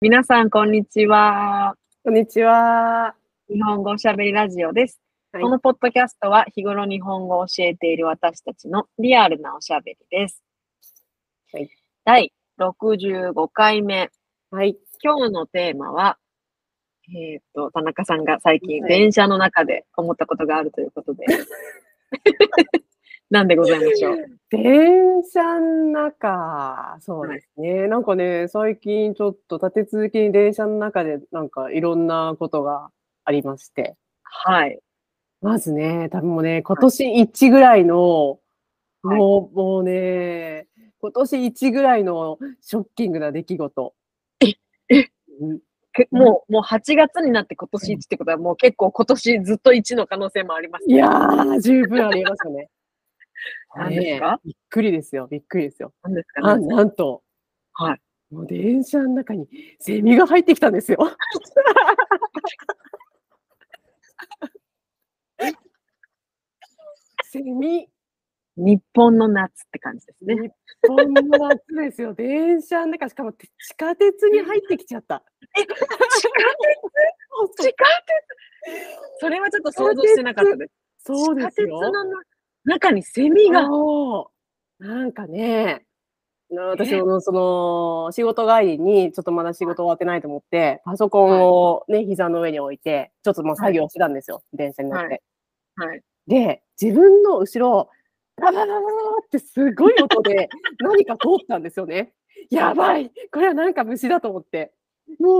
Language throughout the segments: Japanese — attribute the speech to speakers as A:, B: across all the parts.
A: 皆さん、こんにちは。
B: こんにちは。
A: 日本語おしゃべりラジオです。
B: はい
A: このポッドキャストは日頃日本語を教えている私たちのリアルなおしゃべりです。
B: はい
A: 第65回目。
B: はい。
A: 今日のテーマは、えっ、と、田中さんが最近
B: はい
A: 電車の中で思ったことがあるということ で。なんでございましょう。
B: 電車の中、そうですね、なんかね、最近ちょっと立て続けに電車の中でなんかいろんなことがありまして。
A: はい。
B: まずね、多分もうね、今年1ぐらいの、
A: はい
B: もう、もうね、今年1ぐらいのショッキングな出来事。
A: ええ
B: うん
A: けもう、もう8月になって今年1ってことは、もう結構今年ずっと1の可能性もありますね
B: いやー、十分ありえますよね。
A: 何ですか
B: ねびっくりですよ、びっくりですよ。
A: なんですかね
B: あ、。なんと。
A: はい。
B: もう電車の中にセミが入ってきた んですよ。セミ、
A: 日本の夏って感じです
B: 日
A: ね。
B: 本の夏ですよ。電車の中、しかも地下鉄に入ってきちゃった。
A: 地下鉄それはちょっと想像してなかったです。
B: そうですよ。
A: 地下鉄のな中にセミが。
B: そうなんかね、な私のその仕事帰りに、ちょっとまだ仕事終わってないと思って、パソコンをね、膝の上に置いて、ちょっともう作業してたんですよ、電車に乗って。
A: はいはい。
B: で、自分の後ろ、ババババババってすごい音で 何か通ったんですよね。やばいこれはなんか虫だと思って。もう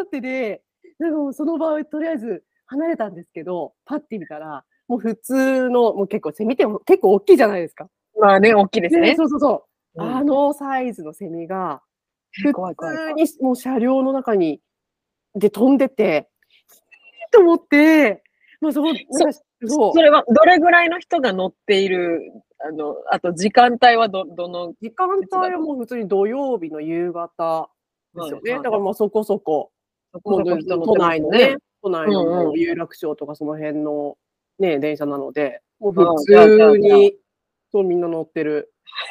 B: 大慌てで、なんかもうその場をとりあえず離れたんですけど、パッて見たら、もう普通の、もう結構セミって結構大きいじゃないですか。
A: まあね、大きいです
B: ね
A: ね。
B: そうそうそう。
A: うん
B: あのサイズのセミが、普
A: 怖い怖い怖
B: 通
A: い
B: にもう車両の中に、で飛んでて、と思って、まあそこ、なんかそう
A: それはどれぐらいの人が乗っている、あの、あと時間帯はど、どの、
B: 時間帯はもう普通に土曜日の夕方ですよね。
A: はい
B: だからまあそこそこ、
A: そこ
B: も
A: そうこ人乗って
B: 都
A: ます
B: 内
A: よ
B: の
A: ね
B: ね。、都内の
A: うんうん
B: もう有楽町とかその辺のね、電車なので、もう
A: うん
B: 普通に、そうみんな乗ってる。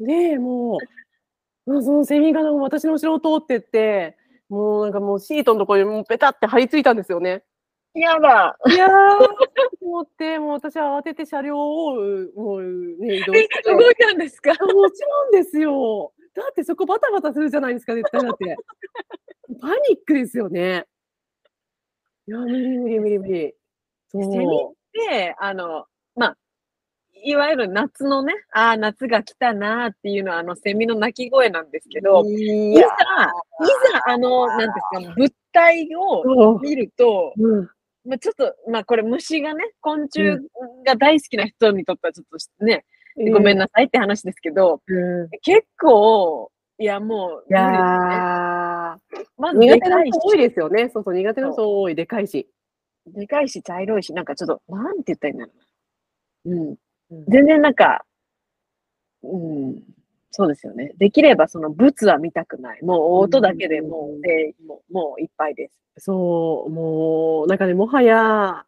B: ねえ、もう、まあ、そのセミが私の後ろを通ってって、もうなんかもうシートのところにもうペタって張り付いたんですよね。
A: やだ。
B: い やー、思って、もう私は慌てて車両を、もうね、移動し
A: え
B: て。、
A: 動いたんですか
B: あもちろんですよ。だってそこバタバタするじゃないですか、絶対だって。 パニックですよね。いや、無理無理無理無理。そう。
A: セミで、あの、まあ、いわゆる夏のね、ああ、夏が来たなーっていうのは、あの、セミの鳴き声なんですけど、い
B: い
A: ざ、い
B: や、
A: ざ、あの、なんていうんですか、物体を
B: そう。
A: 見ると、
B: うん、
A: まあ、ちょっと、まあ、これ虫がね、昆虫が大好きな人にとってはちょっとね、ごめん
B: な。
A: なさいって話ですけど、
B: うん、い
A: 結構、いや、もう、
B: や
A: 無理ですね
B: ー、
A: まずで
B: 苦手
A: か
B: ない人多
A: し、
B: いですよね。そうそう、苦手な人多い、でかいし。
A: でかいし、茶色いし、なんかちょっと、なんて言ったらいいんだろうな。うん。
B: うん
A: 全然なんか、うん、そうですよね。できればその物は見たくない。もう音だけでもう、でもう、もういっぱいです。
B: そう、もう、なんかね、もはや、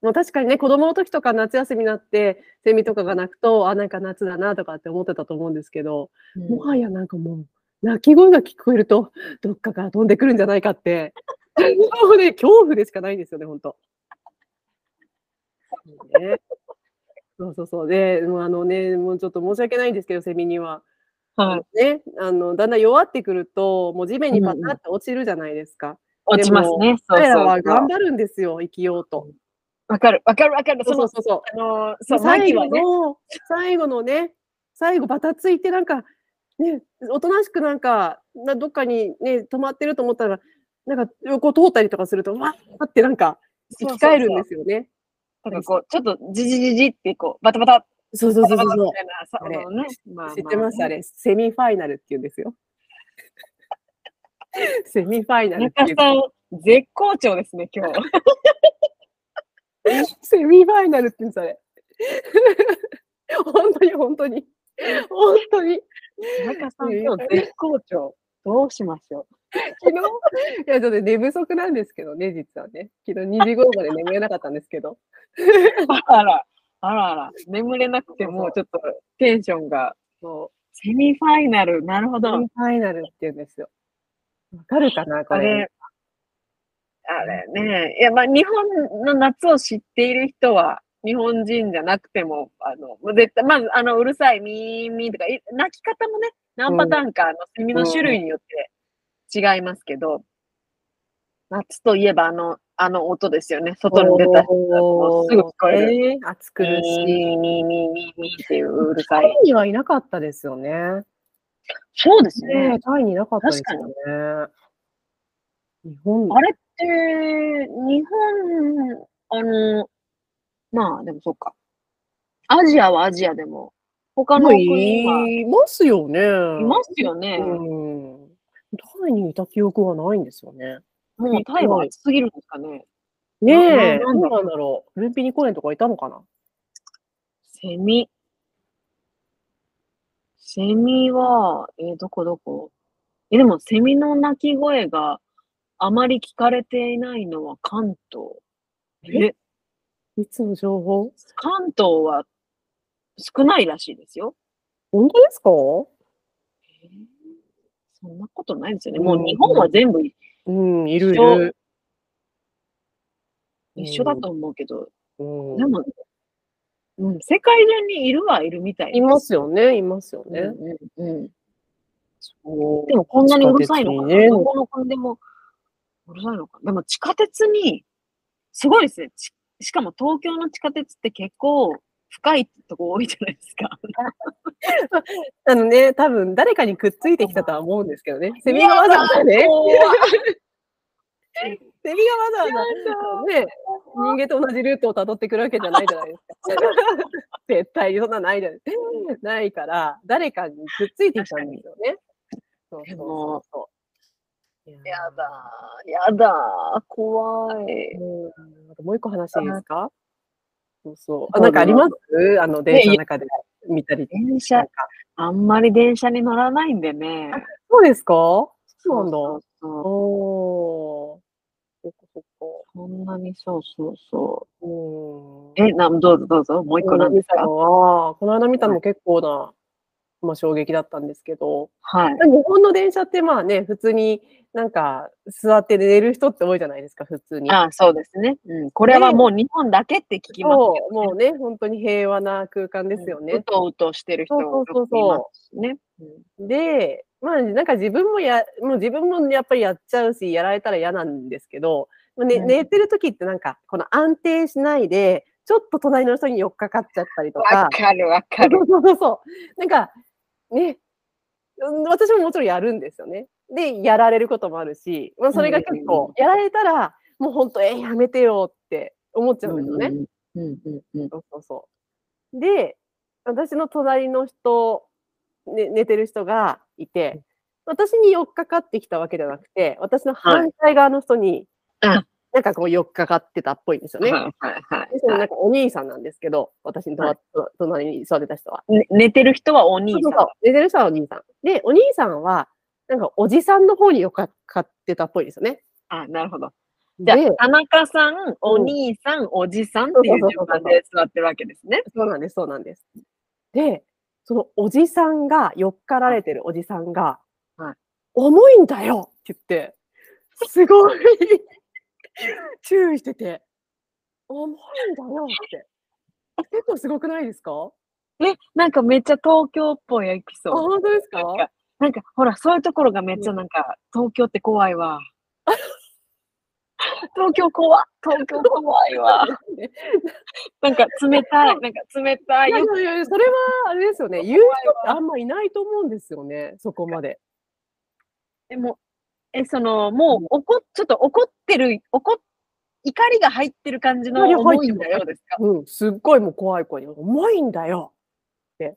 B: まあ、確かにね、子供の時とか夏休みになって、セミとかが鳴くと、あ、なんか夏だなとかって思ってたと思うんですけど、もはやなんかもう、泣き声が聞こえると、 どっかから飛んでくるんじゃないかって、 もうね、恐怖でしかないんですよね、本当。ね、そうそうそう。で、もうあのね、もうちょっと申し訳ないんですけど、セミには。
A: はい。
B: ね、あのだんだん弱ってくると、もう地面にパ
A: うんうん
B: タって落ちるじゃないですか。
A: 落ちますね。そう
B: 彼ら
A: そう
B: は
A: そう
B: 頑。張るんですよ、生きようと。
A: わかる、わかる、わかる。
B: そ
A: そう
B: そ
A: の
B: う、そうそう。
A: あのー、そう、マ
B: 最
A: ギ
B: 後
A: はね、。
B: の、最後のね、最後バタついてなんか、ね、おとなしくなんか、などっかにね、止まってると思ったら、なんか横通ったりとかすると、わーってなんか、生き返るんですすよね。
A: なんかこう、ちょっとじじじじって、こう、バタバタ、
B: そうそう
A: バ
B: そ
A: タ
B: う
A: バ
B: そう
A: タ
B: そ
A: み
B: う。
A: たいな、さあ
B: あれ
A: のね、まあまあ
B: 知ってますあれ、セミファイナルって言うんですよ。 セミファイナ
A: 田
B: ルって
A: 中
B: いう。
A: さん、絶好調ですね、 今日。
B: セミファイナルって言うんですあれ。 本当に本当に。本当に。
A: 田中さん、今日絶好調。どうしましょ
B: 昨日、い や、ちょっと寝不足なんですけどね、実はね。昨日2時頃まで眠れなかったんです けど。
A: う。 あら、あらあら、眠れなくても、ちょっとテンションが、
B: そ
A: セミファイナル、なるほ
B: う。セ
A: ど
B: ミ。ファイナルって言うんですよ。わかるかな、こ
A: あ
B: れ。
A: れ、あれね、いや、まあ、日本の夏を知っている人は、日本人じゃなくても、あの、もう絶対、まず、あの、うるさい、ミーミーとか、い泣き方もね、何パターンか、あの、セミの種類によって違いますけど、夏といえば、あの、あの音ですよね。外に出た人だとすぐ聞こえる。
B: る。暑
A: ミ
B: 苦
A: ー
B: し
A: ミー
B: い。
A: ミーミーミーミーっていううるさ
B: タ
A: い
B: イ。にはいなかったですよね。
A: そうです
B: ね
A: ね
B: え。タイにいなかったですよね。日本
A: あれって、日本、あの、まあでもそうか。アジアはアジアでも、他の
B: も
A: 国はい
B: ますよね。い
A: ますよね。
B: うん。タイにいた記憶がないんですよね。
A: もうタイは暑すぎるんですかね。
B: ねえ、
A: なな
B: ど
A: んだ
B: うなんだろう。ルンピニ公園とかいたのかな
A: セミ。セミは、えーどこどこえ、でもセミの鳴き声があまり聞かれていないのは関東。え、
B: いつの情報
A: 関東は少ないらしいですよ。
B: 本当ですか
A: そんなことないですよね。
B: うん
A: もう日本は全部
B: うん、いるい
A: そう
B: る。
A: 一緒だと思うけど、
B: うん
A: でも、うん、世界中にいるはいるみたい
B: いますよね、いますよ
A: ね。
B: ね。
A: うんうんうん
B: そう
A: でもこんなにうるさいのか
B: 地下鉄にね
A: などこの国でもうるさいのかなでも地下鉄に、すごいですね。ちしかも東京の地下鉄って結構深いとこ多いじゃないですか。
B: あのね、多分誰かにくっついてきたとは思うんですけどね。セミがわざわざね、
A: 怖い
B: セミがわざわざ、ね、人間と同じルートをたどってくるわけじゃないじゃないです か。絶対そんなないじゃないないから、誰かにくっついてきたんですよね。そうそうそうそう。い
A: や
B: やー
A: だ、やだ、怖い。
B: うんなんかもう一個話していいですかそうそう。あ
A: ど
B: な
A: うん
B: か
A: ぞ
B: ありますあの、電車の中で見たり。
A: 電車
B: なんか
A: あんまり電車に乗らないんでね。
B: そうですかそうなんだ。
A: そうそうそう
B: おー。そっかそっか。
A: そんなにそうそうそう
B: ーん。
A: う。え、なんどうぞどうぞ、もう一個なんです
B: この間見た
A: か
B: のは、この間見たのも結構な、まあ衝撃だったんですけど、
A: はい。
B: 日本の電車ってまあね、普通になんか座って寝る人って多いじゃないですか、普通に。
A: あそうですね。うん。これはもう日本だけって聞きます
B: そ
A: け
B: う、もうね、本当に平和な空間ですよ
A: ど、
B: ね。
A: うとうとしてる人
B: そうそうそうそう
A: いますしね。
B: で、まあ、なんか自分もや、もう自分もやっぱりやっちゃうし、やられたら嫌なんですけど、ね、
A: うん
B: 寝てる時ってなんか、この安定しないで、ちょっと隣の人に寄っかかっちゃったりと
A: わ
B: か、
A: かるわかる。
B: そうそうそう。なんか、ね、うん私ももちろんやるんですよね。で、やられることもあるし、まあ、それが結
A: うんうんうん
B: 構、やられたら、もう本当、えー、やめてよって思っちゃうんですよね。
A: うんうんうん。
B: そうそうそう。で、私の隣の人、ね、寝てる人がいて、私に寄っかかってきたわけじゃなくて、私の反対側の人に、
A: うん
B: なんかこう寄っかかってたっぽいんですよね。
A: はいはいは
B: でその
A: い
B: な
A: は
B: んかお兄さんなんですけど、私のとわ、
A: はい
B: 隣に座ってた人は。
A: い。ね寝てる人はお兄
B: そう
A: さん
B: そうそう寝てる人はお兄さん。で、お兄さんは、なんかおじさんの方に寄っかかってたっぽいんですよね。
A: あ、なるほど。じ
B: で
A: ゃあ、、田中さん、お兄さん、おじさんっていう順番で座ってるわけですね。
B: そうなんです、そうなんです。で、そのおじさんが、よっかられてるおじさんが、
A: はい
B: 重いんだよって言って、すごい注意してて、重いんだよって。結構すごくないですかあ、
A: え、なんかめっちゃ東京っぽいエピソード。
B: 本当ですか
A: なんか、なんかほら、そういうところがめっちゃなんか、東京って怖い わ。東京怖東京怖いわ。
B: ね
A: なんか冷たい、 なんか冷たい
B: いやい
A: よ。
B: やいや、それはあれですよね。言う人ってあんまいないと思うんですよね、そこまで。
A: でも、え、その、もう怒っ、ちょっと怒ってる、怒っ、怒りが入ってる感じの
B: 怒りが入っ
A: 重
B: て
A: い
B: る
A: んだよですか
B: うん、すっごいもう怖い声に、重いんだよって。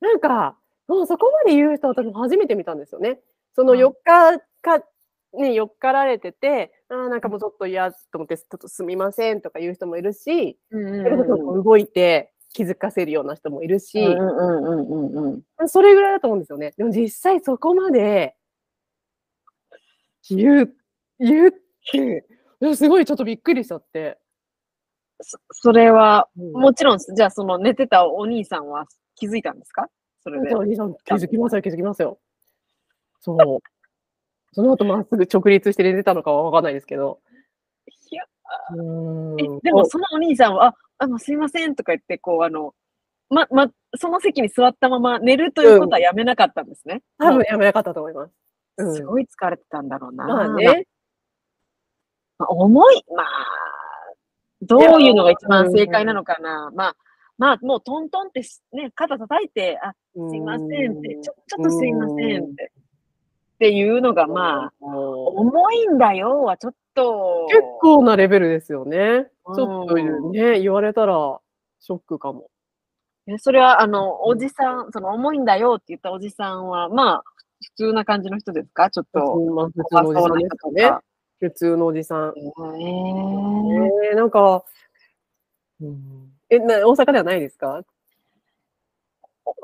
B: なんか、もうそこまで言う人、私も初めて見たんですよね。その
A: はい
B: 4日か、ね、4日られてて、あーなんかもうちょっと嫌と思って、ちょっとすみませんとか言う人もいるし、
A: うんうん
B: それこそこう動いて気づかせるような人もいるし、
A: うんうんうんうん。
B: それぐらいだと思うんですよね。でも実際そこまで言う、言うって、でもすごいちょっとびっくりしちゃって。
A: そそれは、
B: うん
A: もちろんです、じゃあその寝てたお兄さんは気づいたんですかそれで。
B: お兄さん気づきますよ、気づきますよ。そう。その後まっすぐ直立して寝てたのかはわかんないですけど。
A: いや
B: うーん
A: え、でもそのお兄さんは、あ、あの、すいませんとか言って、こう、あの、ま、ま、その席に座ったまま寝るということはやめなかったんですね。
B: 多分やめなかったと思います。うん
A: すごい疲れてたんだろうな。
B: まあね。
A: まあ重い、まあ、どういうのが一番正解なのかな。まあ、まあ、もうトントンってしね、肩叩いて、あ、すいませんって、ちょ、ちょっとすいませんって。っていうのが、まあ、
B: あ、うん
A: 重いんだよはちょっと。
B: 結構なレベルですよね。
A: うん
B: ちょっとね、言われたらショックかも。
A: えそれは、あの、おじさん、その重いんだよって言ったおじさんは、まあ、普通な感じの人ですかちょっと。
B: まあ普通の
A: 怖
B: お
A: そうんな
B: じさで
A: 人
B: す
A: と
B: かね。
A: か。
B: 普通のおじさん。
A: へ
B: え
A: ー
B: ーなんか、うんえな、大阪ではないですか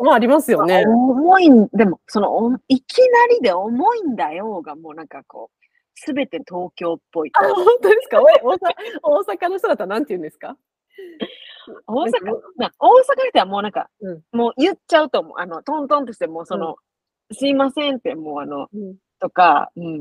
B: まあ、ありますよね。
A: 重いん、でも、その、おいきなりで重いんだよが、もうなんかこう、すべて東京っぽいと
B: あ、。本当ですかおい大阪大阪の人だったらなんて言うんですか
A: 大阪
B: なんか、
A: な大阪の人はもうなんか、
B: うん
A: もう言っちゃうと思う。あの、トントンとして、もうその、すいませんって、もうあの、
B: うん
A: とか、うんうんう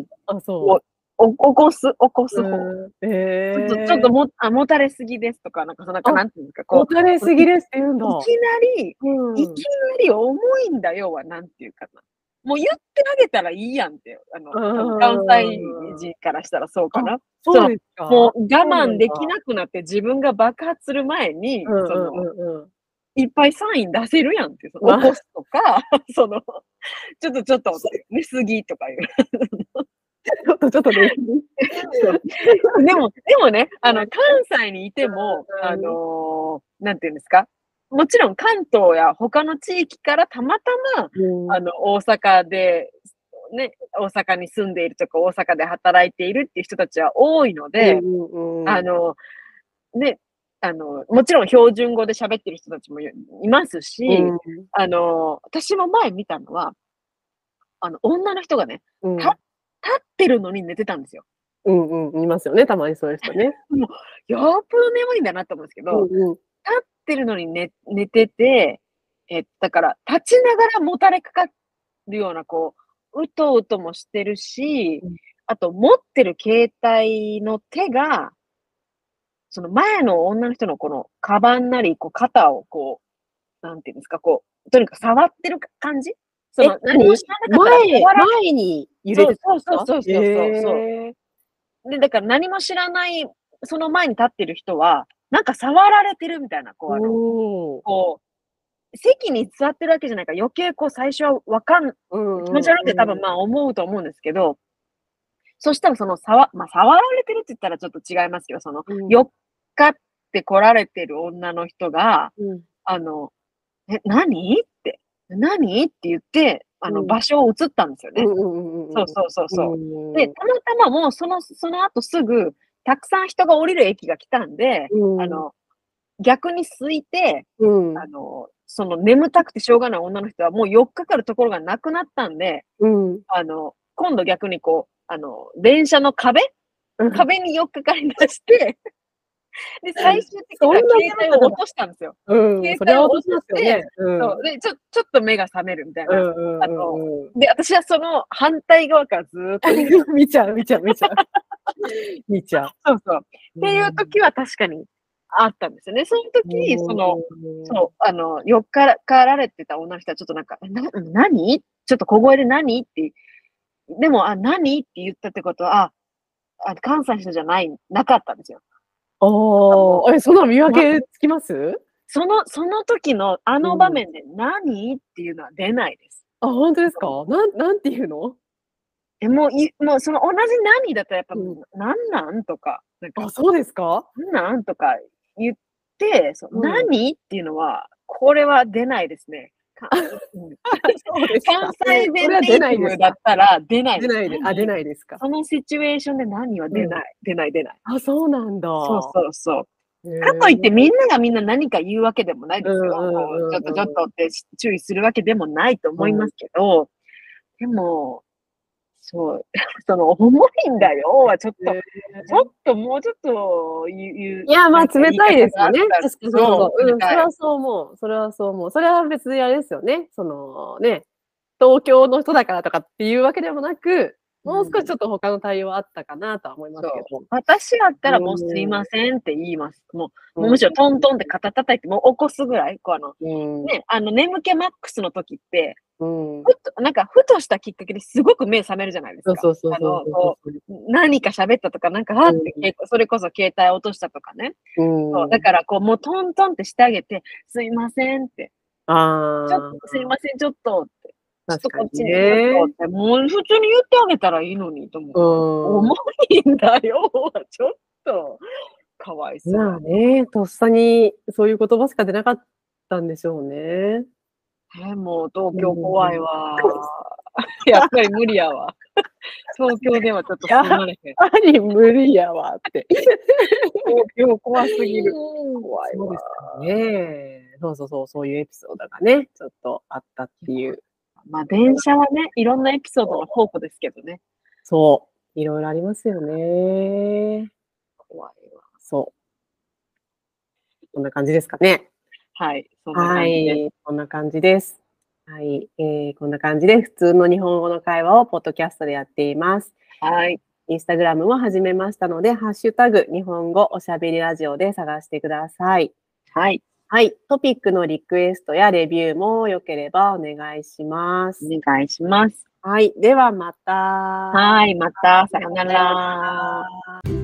A: ん。
B: あ、
A: も
B: そう
A: お起こす、起こ
B: う。
A: す方。
B: うんえー
A: ちょっと、ちょっともあもたれすぎですとか、なんか、そのなんか、
B: あ
A: なんていうんですか、
B: お
A: こ
B: たれすぎですって言うん
A: う、
B: だ。
A: いきなり、
B: うん
A: いきなり重いんだよは、なんていうかな。もう言ってあげたらいいやんって、あの、
B: うん
A: 関西人からしたらそうかな。
B: そうですか。
A: もう我慢できなくなって自分が爆発する前に、
B: うんう
A: そ
B: ん
A: の
B: うんうん
A: いっぱいサイン出せるやんって、そ
B: まあ
A: の起こすとか、 その、ちょっとちょっと寝すぎとかいう。
B: ちょっと、ちょっとね。
A: でも、でもね、あの、関西にいても、
B: うん
A: あのーなんていうんですかもちろん関東や他の地域からたまたま、あの、大阪で、ね、大阪に住んでいるとか、大阪で働いているっていう人たちは多いので、
B: うんうん
A: あの、ね、あの、もちろん標準語で喋ってる人たちもいいますし、あの、私も前見たのは、あの、女の人がね、
B: うん
A: た立ってるのに寝てたんですよ。
B: うんうん、いますよね、たまにそういう人ね。
A: よーぷー眠いんだなと思うんですけど、立
B: うんうん
A: ってるのに寝寝てて、えだから、立ちながらもたれかかるような、こう、うとうともしてるし
B: うん、
A: あと、持ってる携帯の手が、その前の女の人のこの、カバンなり、こう、肩をこう、なんていうんですか、こう、とにかく触ってる感じその
B: え、
A: 何も知らなかったら
B: 前、
A: 触ら
B: 前に揺れてたんですか
A: そうそうそうそうそうそう
B: へー
A: で、だから何も知らない、その前に立ってる人は、なんか触られてるみたいな、こう、あの、
B: おー
A: こう、席に座ってるわけじゃないから余計こう最初はわかん、
B: うんうん
A: 気持ち悪いって多分まあ思うと思うんですけど、そしたらその触、まあ触られてるって言ったらちょっと違いますけど、その、
B: うん
A: よっかって来られてる女の人が、
B: うん
A: あの、え、何って、何って言って、あの、
B: うん
A: 場所を移ったんですよね。
B: うん
A: そうそうそうそう。
B: うん
A: で、たまたまもうその、その後すぐ、たくさん人が降りる駅が来たんで、
B: うん
A: あの、逆に空いて、
B: うん
A: あの、その眠たくてしょうがない女の人はもう4日かかるところがなくなったんで、
B: うん
A: あの、今度逆にこう、あの、電車の壁壁に4日かかり出 して、で、最終的には
B: そんな
A: 携帯を落としたんですよ。
B: うんそれは落としますよね。うん
A: そうで、ちょ、ちょっと目が覚めるみたいな。
B: うんうん
A: あの
B: うんうん
A: で、私はその反対側からずーっと見て、
B: 見ちゃう見ちゃう見ちゃう 見ちゃう。
A: そうそう。 っていう時は確かにあったんですよね。その時、その、そう、あの、よっからかられてた女の人はちょっとなんか、な、何ちょっと小声で何って、でも、あ、何って言ったってことは、あ、あ関西の人じゃない、なかったんですよ。
B: ああ、え、そんなの見分けつきます
A: その、その時のあ
B: う
A: の
B: ん
A: 場面で何っていうのは出ないです。
B: あ、本当ですかなん、なんていうの
A: え、もうい、もうその同じ何だったらやっぱ、
B: うん
A: なんなんとか、なんか
B: あ、、そうですか
A: なんなんとか言って、そ
B: うん
A: う何っていうのは、これは出ないですね。 かうん
B: そう です
A: 関西
B: こ
A: 弁
B: れは
A: ネ
B: 出
A: イテ
B: ない
A: ィ
B: で
A: ブ
B: す
A: だっ
B: か
A: たら出ない
B: 出ないで、あ、出ないですか
A: そのシチュエーションで何は出ない、出ない出ない。
B: あ、そうなんだ。
A: そうそうそう。
B: へー
A: かといってみんながみんな何か言うわけでもないですよ。
B: うんうんうん
A: こ
B: うん
A: うちょっとちょっとってし注意するわけでもないと思いますけど、でも、そう、 その重いんだよはちょっと、
B: へー
A: ちょっともうちょっと言う言う。
B: いや、まあ、冷たいですよね。
A: なんか
B: 確か
A: 言
B: に
A: い
B: そう
A: 方があ
B: そ
A: っ
B: う。
A: たらそう
B: うん、それはそう思う。それはそう思う。それは別にあれですよね。そのね、東京の人だからとかっていうわけでもなく、もう少しちょっと他の対応あったかなとは思いますけど。
A: 私だったらもうすいませんって言います。もう、もうむしろトントンって肩叩いて、もう起こすぐらい、こうあの、
B: うん。
A: ね、あの、眠気マックスの時って、
B: うん。
A: ふと、なんか、ふとしたきっかけですごく目覚めるじゃないです
B: そう
A: か。
B: そうそう
A: あ
B: そ
A: の
B: う
A: こ
B: そう
A: う何か喋ったとか、なんか、あーって、携帯それこそ携帯落としたとかね。
B: うん。
A: そうだから、こう、もうトントンってしてあげて、すいませんって、
B: ああ。
A: ちょっと、すいません、ちょっとって、ちょっ
B: 確
A: と
B: か
A: こっち
B: に
A: に
B: ね。
A: 行こうって、もう普通に言ってあげたらいいのにと思う。
B: うん。
A: 重いんだよ、ちょっと。かわいそう。
B: まあね、とっさにそういう言葉しか出なかったんでしょうね。
A: えもう東京怖いわ。やっぱり無理やわ。東京ではちょっと住まれへん。
B: あり無理やわ って。
A: 東京怖すぎる。怖い
B: そう
A: わ
B: で。すよね。そうそうそう、そういうエピソードがね、ちょっとあったっていう。
A: まあ電車はね、いろんなエピソードの宝庫ですけどね。
B: そう。いろいろありますよね。
A: 怖いわ。
B: そう。こんな感じですかね。
A: はい。そんな感
B: は
A: じで。
B: い。こんな感じです。はい、えーこんな感じで普通の日本語の会話をポッドキャストでやっています。
A: はい。
B: インスタグラムも始めましたので、ハッシュタグ、日本語おしゃべりラジオで探してください。
A: はい。
B: はい。トピックのリクエストやレビューも良ければお願いします。
A: お願いします。
B: はい。ではまた。
A: はい。また、さよなら。